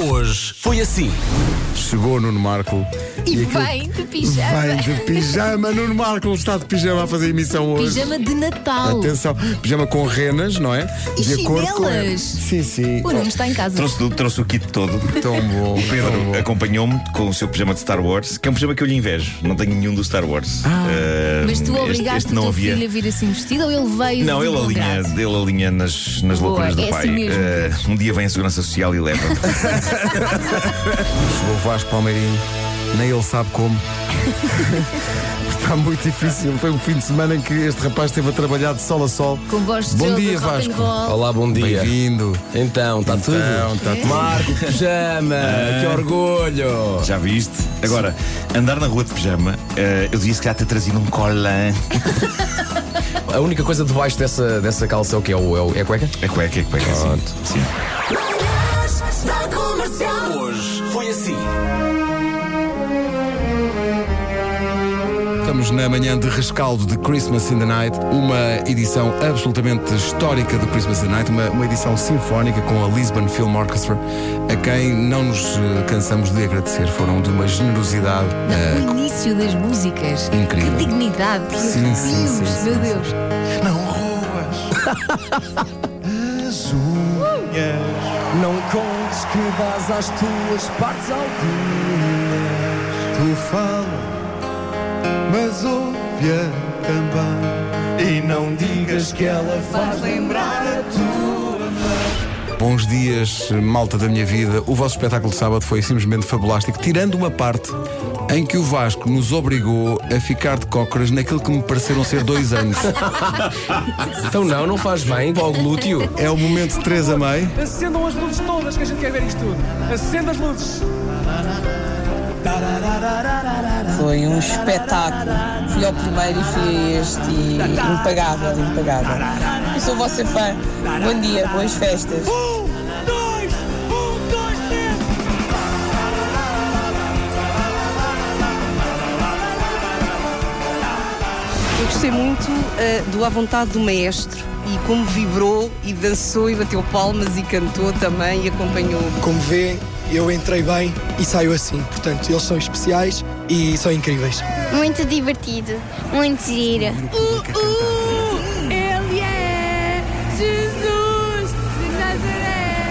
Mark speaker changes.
Speaker 1: hoje foi assim. Chegou Nuno Marco
Speaker 2: E
Speaker 1: aquilo-
Speaker 2: vem de pijama.
Speaker 1: Vem de pijama. Nuno Marco está de pijama a fazer emissão hoje.
Speaker 2: Pijama de Natal.
Speaker 1: Atenção, pijama com renas, não é?
Speaker 2: E
Speaker 1: de acordo com
Speaker 2: chinelas.
Speaker 1: Sim, sim. Oh,
Speaker 2: O Nuno está em casa.
Speaker 3: Trouxe, tudo, trouxe o kit todo.
Speaker 1: Tão bom.
Speaker 3: O Pedro
Speaker 1: tão bom.
Speaker 3: acompanhou-me com o seu pijama de Star Wars, que é um pijama que eu lhe invejo. Não tenho nenhum do Star Wars. Ah,
Speaker 2: Mas tu
Speaker 3: este-
Speaker 2: obrigaste
Speaker 3: este
Speaker 2: o
Speaker 3: não
Speaker 2: teu
Speaker 3: havia.
Speaker 2: filho a vir assim vestido ou ele veio
Speaker 3: Não,
Speaker 2: de
Speaker 3: ele
Speaker 2: bom
Speaker 3: alinha,
Speaker 2: grado?
Speaker 3: ele alinha nas, nas
Speaker 2: Boa,
Speaker 3: loucuras do
Speaker 2: é assim
Speaker 3: pai.
Speaker 2: mesmo.
Speaker 3: Ah, um dia vem a Segurança Social e leva.
Speaker 1: Chegou o Vasco Palmeirinho, nem ele sabe como. Está muito difícil. Foi um fim de semana em que este rapaz esteve a trabalhar de sol a sol.
Speaker 2: Com voz de
Speaker 1: Bom
Speaker 2: jogo,
Speaker 1: dia,
Speaker 2: rock and
Speaker 1: Vasco.
Speaker 2: roll.
Speaker 4: Olá, bom dia.
Speaker 1: Bem-vindo.
Speaker 4: Então, está tudo?
Speaker 1: Então,
Speaker 2: É.
Speaker 1: tá Ah. tudo.
Speaker 4: Marco, pijama, que orgulho.
Speaker 3: Já viste? Agora, andar na rua de pijama, ah, eu devia se calhar ter trazido um colã.
Speaker 4: A única coisa debaixo dessa, dessa calça é o que? É, o, é, o- é a cueca?
Speaker 3: É cueca, é cueca. sim. Sim.
Speaker 5: Manhãs da Comercial.
Speaker 1: Hoje foi assim. Estamos na manhã de rescaldo de Christmas in the Night, uma edição absolutamente histórica do Christmas in the Night, uma, uma edição sinfónica com a Lisbon Film Orchestra, a quem não nos eh, cansamos de agradecer. Foram de uma generosidade. eh,
Speaker 2: O início das músicas.
Speaker 1: Incrível.
Speaker 2: Que dignidade. Que
Speaker 1: Sim,
Speaker 2: arrepios,
Speaker 1: sim, sim, sim,
Speaker 2: meu
Speaker 1: sim.
Speaker 2: Deus.
Speaker 3: Não roas as unhas.
Speaker 4: Não contes que vas às tuas partes
Speaker 6: Tu fala, mas ouve-a também. E não digas que ela faz lembrar a tua.
Speaker 1: Bons dias, malta da minha vida. O vosso espetáculo de sábado foi simplesmente fabulástico, tirando uma parte em que o Vasco nos obrigou a ficar de cócoras naquilo que me pareceram ser dois anos.
Speaker 4: Então não, não faz bem para o glúteo.
Speaker 1: É o momento de 3 a meio.
Speaker 7: Acendam as luzes todas que a gente quer ver isto tudo. Acenda as luzes.
Speaker 8: Foi um espetáculo. Fui ao primeiro e fui a este e impagável, impagável. Eu sou vossa fã. Bom dia, boas festas.
Speaker 7: Um, dois, um, dois, três.
Speaker 9: Eu gostei muito eh, do À Vontade do Maestro e como vibrou e dançou e bateu palmas e cantou também e acompanhou.
Speaker 10: Como vêem, eu entrei bem e saio assim. Portanto, eles são especiais e são incríveis.
Speaker 11: Muito divertido, muito giro.
Speaker 2: Ele é Jesus de Nazaré.